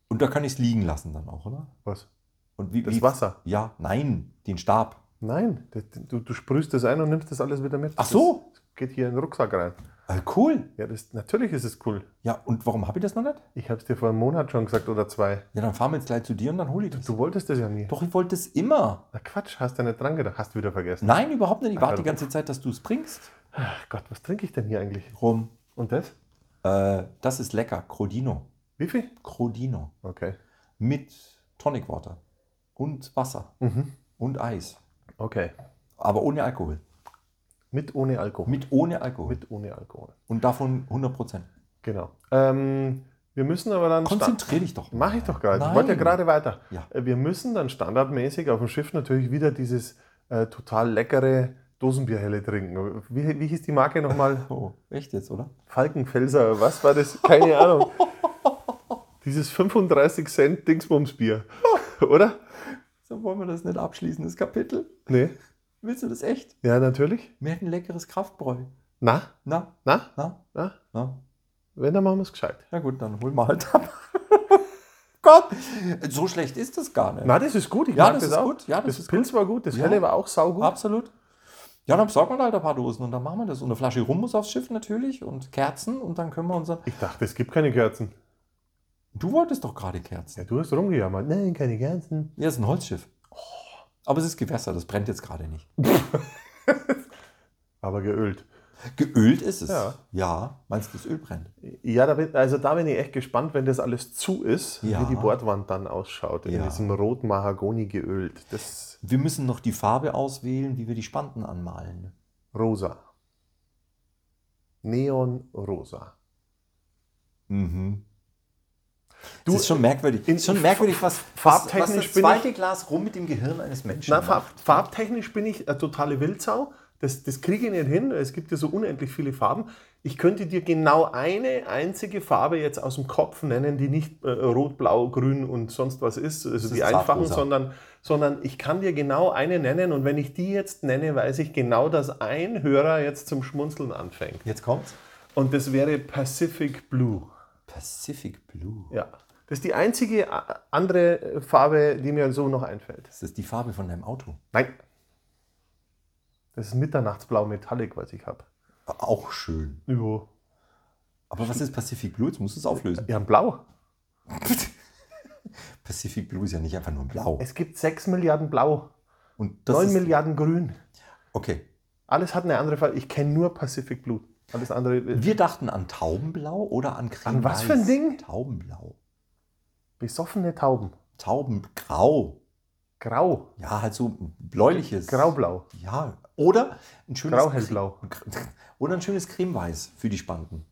S1: Und da kann ich es liegen lassen dann auch, oder?
S2: was?
S1: Und wie,
S2: Das
S1: wie,
S2: Wasser.
S1: Ja, nein, den Stab.
S2: Nein, das, du, du sprühst das ein und nimmst das alles wieder mit.
S1: Ach so.
S2: Das geht hier in den Rucksack rein.
S1: Äh, cool.
S2: Ja, das, natürlich ist es cool.
S1: Ja, und warum habe ich das noch nicht?
S2: Ich habe es dir vor einem Monat schon gesagt oder zwei.
S1: Ja, dann fahren wir jetzt gleich zu dir und dann hole ich das.
S2: Du wolltest das ja nie.
S1: Doch, ich wollte es immer.
S2: Na Quatsch, hast du nicht dran gedacht. Hast du wieder vergessen.
S1: Nein, überhaupt nicht. Ich
S2: Ach,
S1: warte die
S2: hallo.
S1: ganze Zeit, dass du es bringst.
S2: Ach Gott, was trinke ich denn hier eigentlich?
S1: Rum.
S2: Und das?
S1: Äh, das ist lecker. Crodino.
S2: Wie viel?
S1: Crodino.
S2: Okay.
S1: Mit Tonic Water. Und Wasser.
S2: Mhm.
S1: Und Eis.
S2: Okay.
S1: Aber ohne Alkohol.
S2: Mit ohne Alkohol.
S1: Mit ohne Alkohol.
S2: Mit ohne Alkohol.
S1: Und davon 100 Prozent.
S2: Genau. Ähm, wir müssen aber dann. sta-
S1: Konzentrier dich doch.
S2: Mache ich doch gerade. Ich
S1: Nein.
S2: wollte ja gerade weiter.
S1: Ja.
S2: Äh, Wir müssen dann standardmäßig auf dem Schiff natürlich wieder dieses äh, total leckere Dosenbierhelle trinken. Wie, wie hieß die Marke nochmal?
S1: Oh, echt jetzt, oder?
S2: Falkenfelser, was war das? Keine Ahnung. Dieses 35 Cent Dingsbumsbier. Oder?
S1: So wollen wir das nicht abschließen, das Kapitel.
S2: Nee.
S1: Willst du das echt?
S2: Ja, natürlich.
S1: Wir hätten leckeres Kraftbräu.
S2: Na,
S1: Na,
S2: na,
S1: na,
S2: na.
S1: na.
S2: Wenn, dann machen wir es gescheit.
S1: Na gut, dann holen wir halt ab. Gott, so schlecht ist das gar nicht.
S2: Na, das ist gut. Ich
S1: Ja,
S2: mag
S1: das
S2: das,
S1: ist
S2: auch.
S1: gut. Ja, das ist
S2: Pilz war gut. Das
S1: Ja.
S2: Helle war auch saugut.
S1: Absolut. Ja, dann besorgen wir halt ein paar Dosen und dann machen wir das. Und eine Flasche Rum muss aufs Schiff natürlich und Kerzen und dann können wir unseren.
S2: Ich dachte, es gibt keine Kerzen.
S1: Du wolltest doch gerade Kerzen.
S2: Ja, du hast rumgejammert. Nein, keine Kerzen.
S1: Ja, es ist ein Holzschiff. Oh. Aber es ist Gewässer, das brennt jetzt gerade nicht.
S2: Aber geölt.
S1: Geölt ist es.
S2: Ja.
S1: ja. Meinst du, das Öl brennt?
S2: Ja, da bin, also da bin ich echt gespannt, wenn das alles zu ist,
S1: Ja.
S2: wie die Bordwand dann ausschaut. In
S1: Ja.
S2: diesem rot Mahagoni geölt. Das
S1: Wir müssen noch die Farbe auswählen, wie wir die Spanten anmalen.
S2: rosa. Neonrosa.
S1: Mhm.
S2: Du,
S1: Du, das ist schon merkwürdig.
S2: in-
S1: ist schon merkwürdig, was, was,
S2: farbtechnisch
S1: was das
S2: bin
S1: zweite Glas rum mit dem Gehirn eines Menschen
S2: Na,
S1: macht.
S2: farb, farbtechnisch bin ich eine totale Wildsau. Das, das kriege ich nicht hin. Es gibt ja so unendlich viele Farben. Ich könnte dir genau eine einzige Farbe jetzt aus dem Kopf nennen, die nicht äh, rot, blau, grün und sonst was ist, also
S1: ist
S2: die einfachen,
S1: zartrosa.
S2: sondern, sondern ich kann dir genau eine nennen. Und wenn ich die jetzt nenne, weiß ich genau, dass ein Hörer jetzt zum Schmunzeln anfängt.
S1: Jetzt kommt's.
S2: Und das wäre Pacific Blue.
S1: Pacific Blue.
S2: Ja. Das ist die einzige äh, andere Farbe, die mir so noch einfällt.
S1: Das ist die Farbe von deinem Auto.
S2: Nein. Das ist Mitternachtsblau Metallic, was ich habe.
S1: Auch schön.
S2: Ja.
S1: Aber was ist Pacific Blue? Jetzt musst du es auflösen.
S2: Ja, ein Blau.
S1: Pacific Blue ist ja nicht einfach nur blau.
S2: Äh, Es gibt 6 Milliarden Blau,
S1: Und das
S2: 9
S1: ist,
S2: Milliarden Grün.
S1: Okay.
S2: Alles hat eine andere Farbe. Ich kenne nur Pacific Blue. Alles andere. äh,
S1: Wir dachten an Taubenblau oder an Creme
S2: An was für ein
S1: Weiß?
S2: Ding?
S1: Taubenblau.
S2: Besoffene Tauben.
S1: Taubengrau.
S2: Grau.
S1: Ja, halt so bläuliches.
S2: Graublau.
S1: Ja. Oder ein schönes
S2: Grauhellblau.
S1: Oder ein schönes Cremeweiß für die Spanten.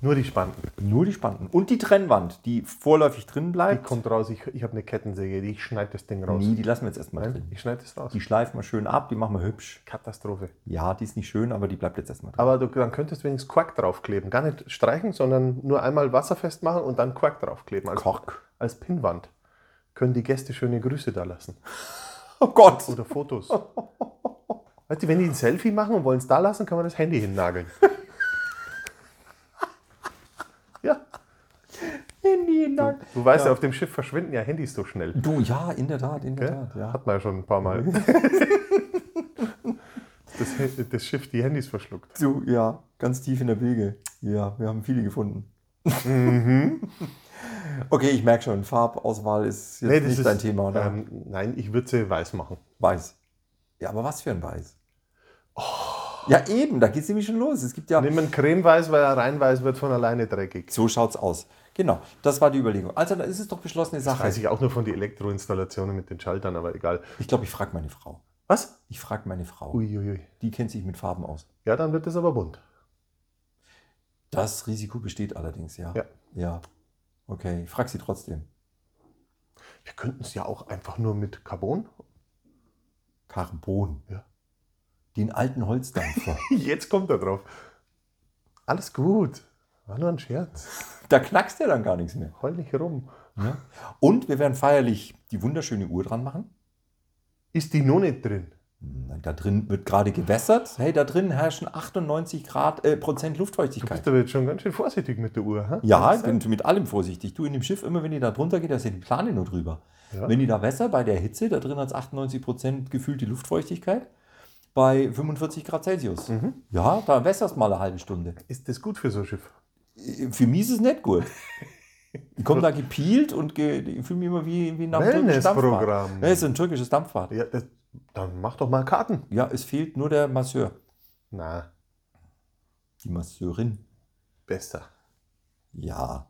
S2: Nur die Spanten.
S1: Nur die Spanten. Und die Trennwand, die vorläufig drin
S2: Die
S1: bleibt.
S2: kommt raus. Ich, ich habe eine Kettensäge. Die- Ich schneide das Ding raus.
S1: nee, die lassen wir jetzt erstmal
S2: Nein,
S1: drin.
S2: ich schneide das raus.
S1: Die schleifen wir schön ab, die machen wir hübsch.
S2: Katastrophe.
S1: Ja, die ist nicht schön, aber die bleibt jetzt erstmal drin.
S2: Aber du, dann könntest du wenigstens Quark draufkleben. Gar nicht streichen, sondern nur einmal wasserfest machen und dann Quark draufkleben. Als,
S1: Kork.
S2: als Pinnwand. Können die Gäste schöne Grüße da lassen.
S1: Oh Gott.
S2: Oder Fotos. Weißt du, wenn die ein Selfie machen und wollen es da lassen, kann man das Handy hinnageln. ja,
S1: Handy in der-
S2: du weißt ja, auf dem Schiff verschwinden ja Handys so schnell.
S1: Du, ja, in der Tat, in der
S2: Gell?
S1: Tat, ja.
S2: Hat man ja schon ein paar Mal. das, das Schiff die Handys verschluckt.
S1: Du, ja, ganz tief in der Bilge. Ja, wir haben viele gefunden.
S2: Mhm.
S1: okay, ich merke schon, Farbauswahl ist jetzt nicht dein Thema, oder?
S2: Ähm, nein, ich würde sie weiß machen.
S1: Weiß. Ja, aber was für ein Weiß?
S2: Oh.
S1: Ja, eben, da geht es nämlich schon los. Es gibt ja.
S2: Nimm einen Cremeweiß, weil er reinweiß wird von alleine dreckig.
S1: So schaut's aus. Genau, das war die Überlegung. Also, da ist es doch beschlossene Sache.
S2: Weiß ich auch nur von den Elektroinstallationen mit den Schaltern, aber egal.
S1: Ich glaube, ich frage meine Frau.
S2: Was?
S1: Ich frage meine Frau.
S2: Uiuiui.
S1: Die kennt sich mit Farben aus.
S2: Ja, dann wird es aber bunt.
S1: Das Risiko besteht allerdings, ja.
S2: Ja.
S1: Ja. Okay, ich frage sie trotzdem.
S2: Wir könnten es ja auch einfach nur mit Carbon.
S1: Carbon.
S2: Ja.
S1: Den alten Holzdampfer.
S2: Jetzt kommt er drauf. Alles gut. War nur ein Scherz.
S1: da knackst ja dann gar nichts mehr.
S2: Heul nicht rum.
S1: Ja. Und wir werden feierlich die wunderschöne Uhr dran machen.
S2: Ist die noch nicht drin?
S1: Nein, Da drin wird gerade gewässert. Hey, da drin herrschen 98 Grad äh, Prozent
S2: Du
S1: Luftfeuchtigkeit.
S2: bist aber jetzt schon ganz schön vorsichtig mit der Uhr. hä?
S1: Ja, ich
S2: Kann's sein?
S1: bin mit allem vorsichtig. Du in dem Schiff, immer wenn die da drunter geht, da ist ja die Plane nur drüber.
S2: Ja.
S1: Wenn die da wässer bei der Hitze, da drin hat es 98% gefühlte Luftfeuchtigkeit. bei 45 Grad Celsius.
S2: Mhm.
S1: Ja, da wässerst mal eine halbe Stunde.
S2: Ist das gut für so ein Schiff?
S1: Für mich ist es nicht gut. Ich komme da gepielt und ge ich fühle mich immer wie, wie nach einem türkischen Dampfbad.
S2: Wellnessprogramm.
S1: Ja, ist ein türkisches Dampfbad.
S2: Ja, das, dann mach doch mal Karten.
S1: Ja, es fehlt nur der Masseur.
S2: Na,
S1: Die Masseurin.
S2: besser.
S1: Ja,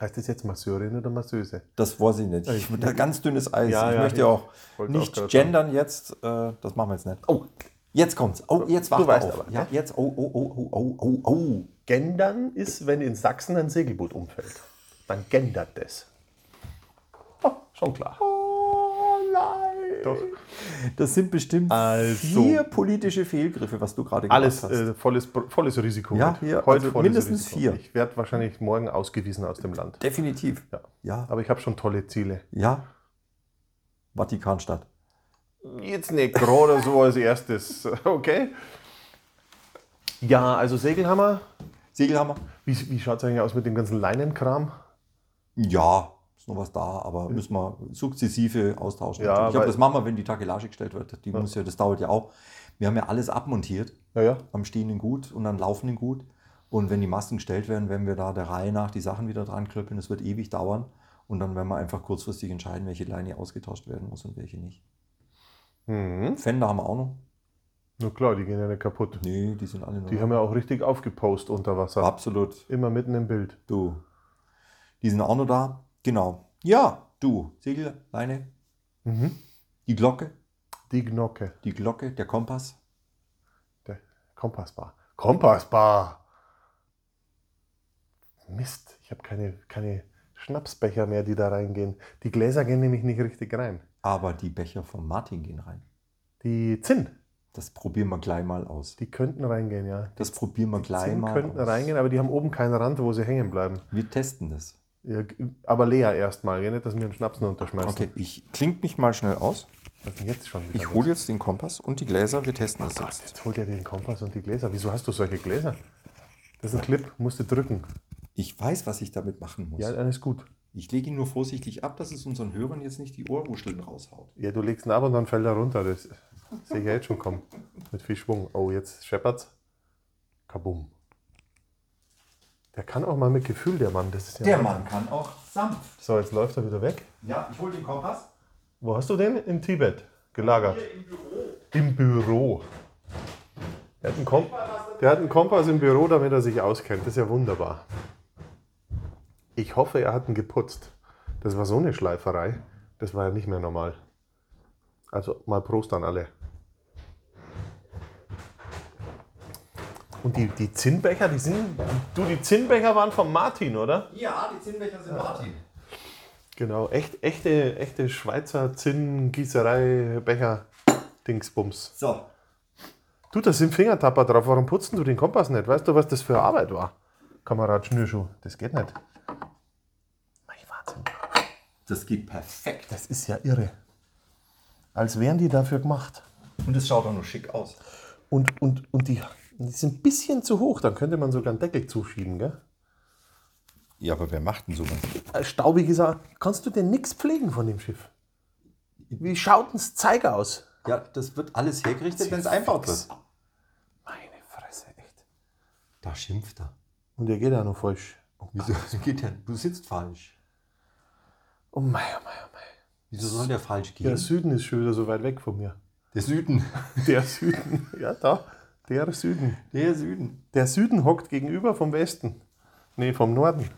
S2: Heißt das jetzt Masseurin oder Masseuse?
S1: das weiß ich nicht. Ich bin da ganz dünnes Eis.
S2: Ja,
S1: ich
S2: ja,
S1: möchte
S2: ich
S1: auch
S2: wollte auch
S1: nicht
S2: gerade
S1: gendern jetzt. Äh, das machen wir jetzt nicht. Oh, jetzt kommt's. Oh, jetzt wach
S2: Du weißt
S1: auf.
S2: aber,
S1: ja,
S2: ne?
S1: jetzt. Oh, oh, oh, oh, oh, oh, oh.
S2: Gendern ist, wenn in Sachsen ein Segelboot umfällt. Dann gendert das. Oh, schon klar.
S1: Oh nein.
S2: Doch.
S1: Das sind bestimmt
S2: Also.
S1: vier politische Fehlgriffe, was du gerade gemacht
S2: Alles
S1: hast.
S2: äh, volles, volles Risiko.
S1: Ja,
S2: heute.
S1: hier,
S2: Heute
S1: also
S2: volles
S1: mindestens
S2: Risiko.
S1: vier.
S2: Ich werde wahrscheinlich morgen ausgewiesen aus dem Land.
S1: Definitiv.
S2: Ja.
S1: Ja,
S2: Aber ich habe schon tolle Ziele.
S1: ja. Vatikanstadt.
S2: Jetzt nicht gerade oder so als erstes. Okay. Ja, also Segelhammer.
S1: Segelhammer.
S2: Wie, wie schaut es eigentlich aus mit dem ganzen Leinenkram?
S1: Ja, ist noch was da, aber müssen wir sukzessive austauschen.
S2: Ja,
S1: Natürlich. aber
S2: weil-
S1: das machen wir, wenn die Takelage gestellt wird. Die muss ja, das dauert ja auch. Wir haben ja alles abmontiert
S2: Ja, ja.
S1: am stehenden Gut und am laufenden Gut. Und wenn die Masten gestellt werden, werden wir da der Reihe nach die Sachen wieder dran klöppeln. Das wird ewig dauern. Und dann werden wir einfach kurzfristig entscheiden, welche Leine ausgetauscht werden muss und welche nicht.
S2: Mhm.
S1: Fender haben wir auch noch.
S2: Na klar, die gehen ja nicht kaputt.
S1: Nee, die sind alle noch.
S2: Die haben ja auch richtig aufgepostet unter Wasser.
S1: Absolut.
S2: Immer mitten im Bild.
S1: Du. Die sind auch noch da. Genau. Ja, du. Segel, Leine,
S2: Mhm.
S1: die Glocke,
S2: Die Gnocke.
S1: die Glocke, der Kompass.
S2: Der Kompassbar. Kompassbar! Mist, ich habe keine, keine Schnapsbecher mehr, die da reingehen. Die Gläser gehen nämlich nicht richtig rein.
S1: Aber die Becher von Martin gehen rein.
S2: Die Zinn,
S1: Das probieren wir gleich mal aus.
S2: die könnten reingehen, ja.
S1: Das probieren wir gleich
S2: Zinn
S1: mal
S2: könnten
S1: aus.
S2: reingehen, aber die haben oben keinen Rand, wo sie hängen bleiben.
S1: Wir testen das.
S2: Ja, g- aber leer erstmal, gell? nicht, dass wir einen Schnaps noch unterschmeißen.
S1: Okay, ich klingt mich mal schnell aus.
S2: Was ist denn jetzt schon wieder?
S1: Ich hole jetzt den Kompass und die Gläser. Wir testen das jetzt.
S2: jetzt holt er den Kompass und die Gläser. Wieso hast du solche Gläser? Das ist ein Clip, musst du drücken.
S1: Ich weiß, was ich damit machen muss.
S2: Ja, dann ist gut.
S1: Ich lege ihn nur vorsichtig ab, dass es unseren Hörern jetzt nicht die Ohrmuscheln raushaut.
S2: Ja, du legst ihn ab und dann fällt er runter. Das sehe ich ja jetzt schon kommen. Mit viel Schwung. Oh, jetzt scheppert's. Kabum. Der kann auch mal mit Gefühl, der Mann. Das ist ja
S1: kann auch sanft.
S2: So, jetzt läuft er wieder weg.
S1: Ja, ich hole den Kompass.
S2: Wo hast du den? In Tibet. Gelagert. im Büro. Im Büro. Der hat, einen Kom- der hat einen Kompass im Büro, damit er sich auskennt. Das ist ja wunderbar. Ich hoffe, er hat ihn geputzt. Das war so eine Schleiferei. Das war ja nicht mehr normal. Also mal Prost an alle. Und die, die Zinnbecher, die sind. Du, die Zinnbecher waren von Martin, oder?
S1: Ja, die Zinnbecher sind Martin.
S2: Genau, echt, echte, echte Schweizer Zinn, Gießerei, Becher, Dingsbums.
S1: So,
S2: Du, da sind Fingertapper drauf. Warum putzt denn du den Kompass nicht? Weißt du, was das für Arbeit war? Kamerad Schnürschuh, das geht nicht. Mein Wahnsinn.
S1: das geht perfekt.
S2: Das ist ja irre. Als wären die dafür gemacht.
S1: Und es schaut auch noch schick aus.
S2: Und, und, und die, die sind ein bisschen zu hoch. Dann könnte man sogar einen Deckel zuschieben, gell?
S1: Ja, aber wer macht denn sowas?
S2: Äh, Staubig ist er. Kannst du denn nichts pflegen von dem Schiff? Wie schaut denn das Zeiger aus?
S1: Ja, das wird alles hergerichtet, wenn es einfach
S2: fix.
S1: ist.
S2: Meine Fresse, echt.
S1: Da schimpft er.
S2: Und der geht auch noch falsch. Oh
S1: Wieso geht der? Du sitzt falsch.
S2: oh mei, oh mei, oh mei.
S1: Wieso soll der falsch gehen?
S2: Der Süden ist schon wieder so weit weg von mir.
S1: Der Süden.
S2: Der Süden. Ja, da. Der Süden.
S1: Der Süden.
S2: Der Süden hockt gegenüber vom Westen. Nee, vom Norden.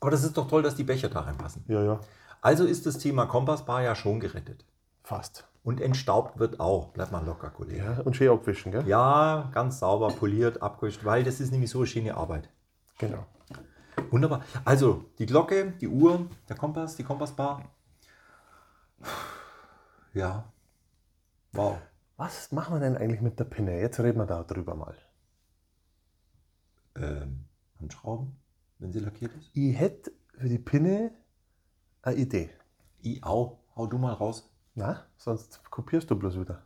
S1: Aber das ist doch toll, dass die Becher da reinpassen.
S2: Ja, ja.
S1: Also ist das Thema Kompassbar ja schon gerettet.
S2: Fast.
S1: Und entstaubt wird auch. Bleib mal locker, Kollege.
S2: Ja, und schön abwischen, gell?
S1: Ja, ganz sauber, poliert, abgewischt, weil das ist nämlich so eine schöne Arbeit.
S2: Genau.
S1: Wunderbar. Also, die Glocke, die Uhr, der Kompass, die Kompassbar. Ja. Wow.
S2: Was machen wir denn eigentlich mit der Pinne? Jetzt reden wir da drüber mal.
S1: Ähm, Handschrauben, wenn sie lackiert ist.
S2: Ich hätte für die Pinne eine Idee.
S1: I, au, hau du mal raus.
S2: Na, sonst kopierst du bloß wieder.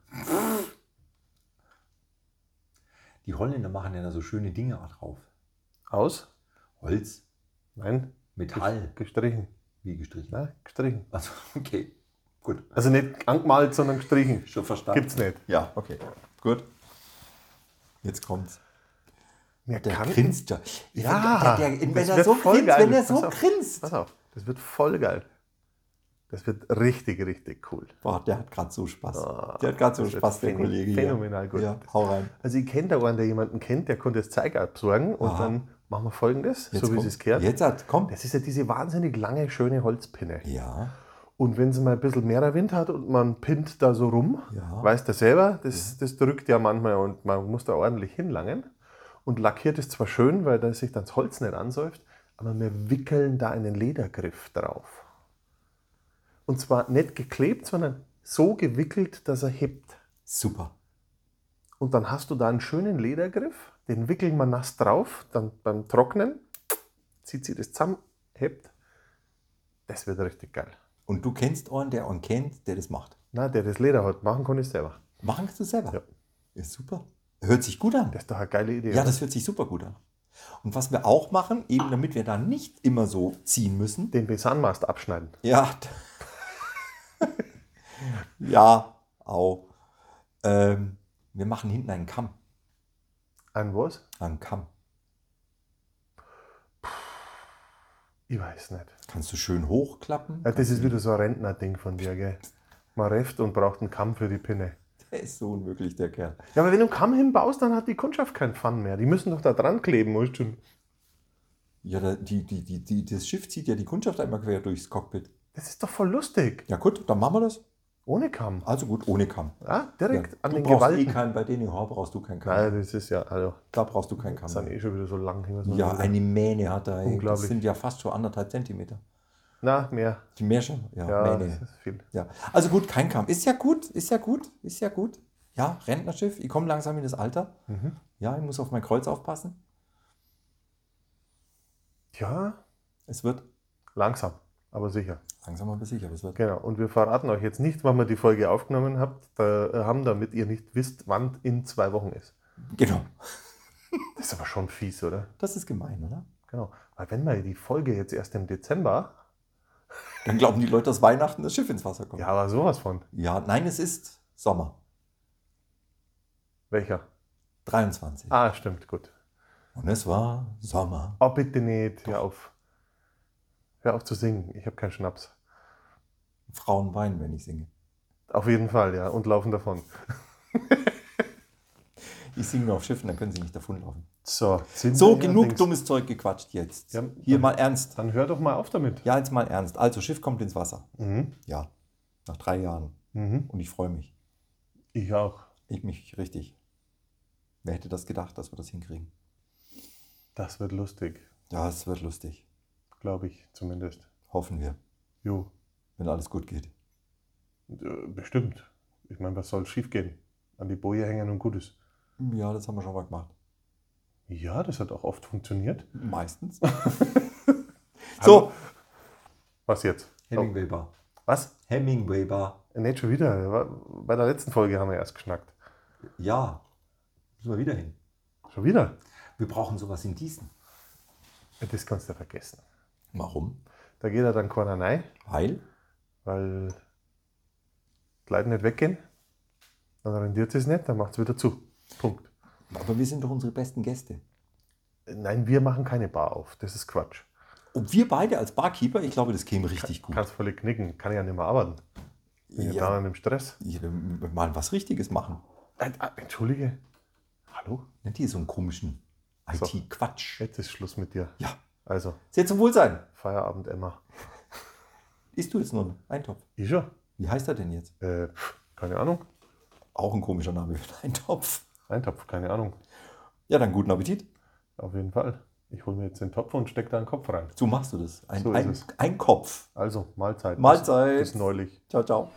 S1: Die Holländer machen ja da so schöne Dinge drauf.
S2: Aus?
S1: Holz,
S2: Nein,
S1: Metall,
S2: gestrichen.
S1: wie gestrichen.
S2: Na, gestrichen.
S1: Also, okay. Gut.
S2: Also nicht angemalt, sondern gestrichen.
S1: Schon verstanden.
S2: Gibt's nicht.
S1: Ja, okay. Gut. Jetzt kommt's.
S2: Der
S1: Der
S2: kann-
S1: grinst ja. Ich
S2: Ja,
S1: find, der, der, wenn, er
S2: das wird
S1: so
S2: voll
S1: grinst,
S2: geil.
S1: wenn er so
S2: Pass auf.
S1: grinst.
S2: Pass auf, das wird voll geil. Das wird richtig, richtig cool.
S1: Boah, der hat gerade so Spaß.
S2: Ah,
S1: der hat gerade so
S2: das wird
S1: Spaß, der
S2: phän-
S1: Kollege hier.
S2: phänomenal gut.
S1: Ja, hau rein.
S2: Also ich kenne da einen, der jemanden kennt, der konnte das Zeug absorgen und
S1: Aha.
S2: dann machen wir folgendes, so wie
S1: kommt-
S2: es es gehört.
S1: Jetzt hat, komm.
S2: Das ist ja diese wahnsinnig lange, schöne Holzpinne.
S1: Ja,
S2: Und wenn es mal ein bisschen mehrer Wind hat und man pinnt da so rum,
S1: Ja.
S2: weiß der selber, das, das drückt ja manchmal und man muss da ordentlich hinlangen. Und lackiert ist zwar schön, weil da sich dann das Holz nicht ansäuft, aber wir wickeln da einen Ledergriff drauf. Und zwar nicht geklebt, sondern so gewickelt, dass er hebt.
S1: super.
S2: Und dann hast du da einen schönen Ledergriff, den wickeln wir nass drauf, dann beim Trocknen zieht sie das zusammen, hebt. Das wird richtig geil.
S1: Und du kennst einen, der einen kennt, der das macht.
S2: Na, der das Leder hat, machen kann ich selber.
S1: Machen kannst du selber.
S2: Ja.
S1: Ist super. Hört sich gut an.
S2: Das ist doch eine geile Idee.
S1: Ja,
S2: oder?
S1: das hört sich super gut an. Und was wir auch machen, eben damit wir da nicht immer so ziehen müssen.
S2: Den Besanmast abschneiden.
S1: Ja. ja, au. Ähm, wir machen hinten einen Kamm.
S2: An was?
S1: Einen Kamm.
S2: Ich weiß nicht.
S1: Kannst du schön hochklappen.
S2: Ja, das ist wieder so ein Rentner-Ding von dir, gell? Man reft und braucht einen Kamm für die Pinne.
S1: Der ist so unmöglich, der Kerl.
S2: Ja, aber wenn du einen Kamm hinbaust, dann hat die Kundschaft keinen Fun mehr. Die müssen doch da dran kleben, weißt du?
S1: Ja, da- die, die, die, die, das Schiff zieht ja die Kundschaft einmal quer durchs Cockpit.
S2: Das ist doch voll lustig.
S1: Ja gut, dann machen wir das.
S2: Ohne Kamm.
S1: Also gut, ohne Kamm.
S2: Ja, direkt
S1: ja,
S2: an
S1: du
S2: den
S1: brauchst
S2: Gewalten.
S1: eh keinen, bei denen überhaupt brauchst du keinen Kamm.
S2: Nein, das ist ja, also,
S1: Da brauchst du keinen
S2: das
S1: Kamm.
S2: sind eh schon wieder so lang. hin, was man
S1: Ja,
S2: will.
S1: eine Mähne hat er. Ey. Das
S2: Unglaublich.
S1: sind ja fast schon anderthalb Zentimeter.
S2: Na, mehr.
S1: Die Mehr schon? Ja,
S2: Ja, das
S1: Mähne.
S2: ist viel.
S1: Ja. Also gut, kein Kamm. Ist ja gut, ist ja gut, ist ja gut. Ja, Rentnerschiff, ich komme langsam in das Alter.
S2: Mhm.
S1: Ja, ich muss auf mein Kreuz aufpassen.
S2: Ja,
S1: Es wird
S2: langsam, aber sicher.
S1: langsam aber sicher, aber es wird.
S2: Genau, und wir verraten euch jetzt nicht, wann wir die Folge aufgenommen habt, da, äh, haben, damit ihr nicht wisst, wann in zwei Wochen ist.
S1: Genau.
S2: Das ist aber schon fies, oder?
S1: Das ist gemein, oder?
S2: Genau. Weil wenn wir die Folge jetzt erst im Dezember,
S1: Dann glauben die Leute, dass Weihnachten das Schiff ins Wasser kommt.
S2: ja, aber sowas von.
S1: Ja, nein, es ist Sommer.
S2: Welcher?
S1: 23.
S2: Ah, stimmt, gut.
S1: Und es war Sommer.
S2: Oh, bitte nicht, hör auf. Hör auf zu singen, ich habe keinen Schnaps.
S1: Frauen weinen, wenn ich singe.
S2: Auf jeden Fall, ja, und laufen davon.
S1: Ich singe nur auf Schiffen, dann können sie nicht davonlaufen.
S2: So, sind
S1: So,
S2: wir ja
S1: genug
S2: Dings.
S1: dummes Zeug gequatscht jetzt.
S2: Ja,
S1: Hier
S2: dann-
S1: mal ernst.
S2: Dann hör doch mal auf damit.
S1: Ja, jetzt mal ernst. Also, Schiff kommt ins Wasser.
S2: Mhm.
S1: Ja, nach drei Jahren.
S2: Mhm.
S1: Und ich freue mich.
S2: Ich auch.
S1: Ich mich richtig. Wer hätte das gedacht, dass wir das hinkriegen?
S2: Das wird lustig,
S1: Ja, es wird lustig.
S2: glaube ich zumindest.
S1: Hoffen wir,
S2: Jo,
S1: wenn alles gut geht.
S2: äh, bestimmt. Ich meine, was soll schief gehen? An die Boje hängen und Gutes.
S1: Ja, das haben wir schon mal gemacht.
S2: Ja, das hat auch oft funktioniert.
S1: Meistens. so.
S2: Was jetzt? Oh,
S1: Hemingway Bar.
S2: Was?
S1: Hemingway Bar.
S2: Nicht schon wieder. War- Bei der letzten Folge haben wir erst geschnackt.
S1: Ja. Müssen wir wieder hin.
S2: Schon wieder?
S1: Wir brauchen sowas in Diesen.
S2: Ja, Das kannst du vergessen.
S1: Warum?
S2: Da geht er dann keiner rein,
S1: Weil?
S2: weil die Leute nicht weggehen. Dann rendiert es nicht, dann macht es wieder zu. Punkt. Äh,
S1: Aber wir sind doch unsere besten Gäste.
S2: Nein, wir machen keine Bar auf. Das ist Quatsch.
S1: Und wir beide als Barkeeper, ich glaube, das käme richtig gut.
S2: Kannst völlig knicken. Kann ich ja nicht mehr arbeiten. Bin ja, ja
S1: Ja,
S2: dauernd im Stress.
S1: ja, dann mal was Richtiges machen.
S2: Äh, äh, Entschuldige. Hallo?
S1: Nennt ihr so einen komischen
S2: So.
S1: IT-Quatsch?
S2: Jetzt ist Schluss mit dir.
S1: Ja.
S2: Also,
S1: Sehr zum Wohlsein.
S2: Feierabend, Emma.
S1: Isst du jetzt noch einen Eintopf?
S2: Ich schon.
S1: Wie heißt er denn jetzt?
S2: Äh, pff, keine Ahnung.
S1: Auch ein komischer Name für einen Eintopf.
S2: Eintopf, keine Ahnung.
S1: Ja, dann guten Appetit.
S2: Auf jeden Fall. Ich hole mir jetzt den Topf und stecke da einen Kopf rein.
S1: So machst du das. Ein,
S2: So ist
S1: ein,
S2: es.
S1: ein Kopf.
S2: Also, Mahlzeit.
S1: Mahlzeit.
S2: Bis, bis neulich.
S1: Ciao, ciao.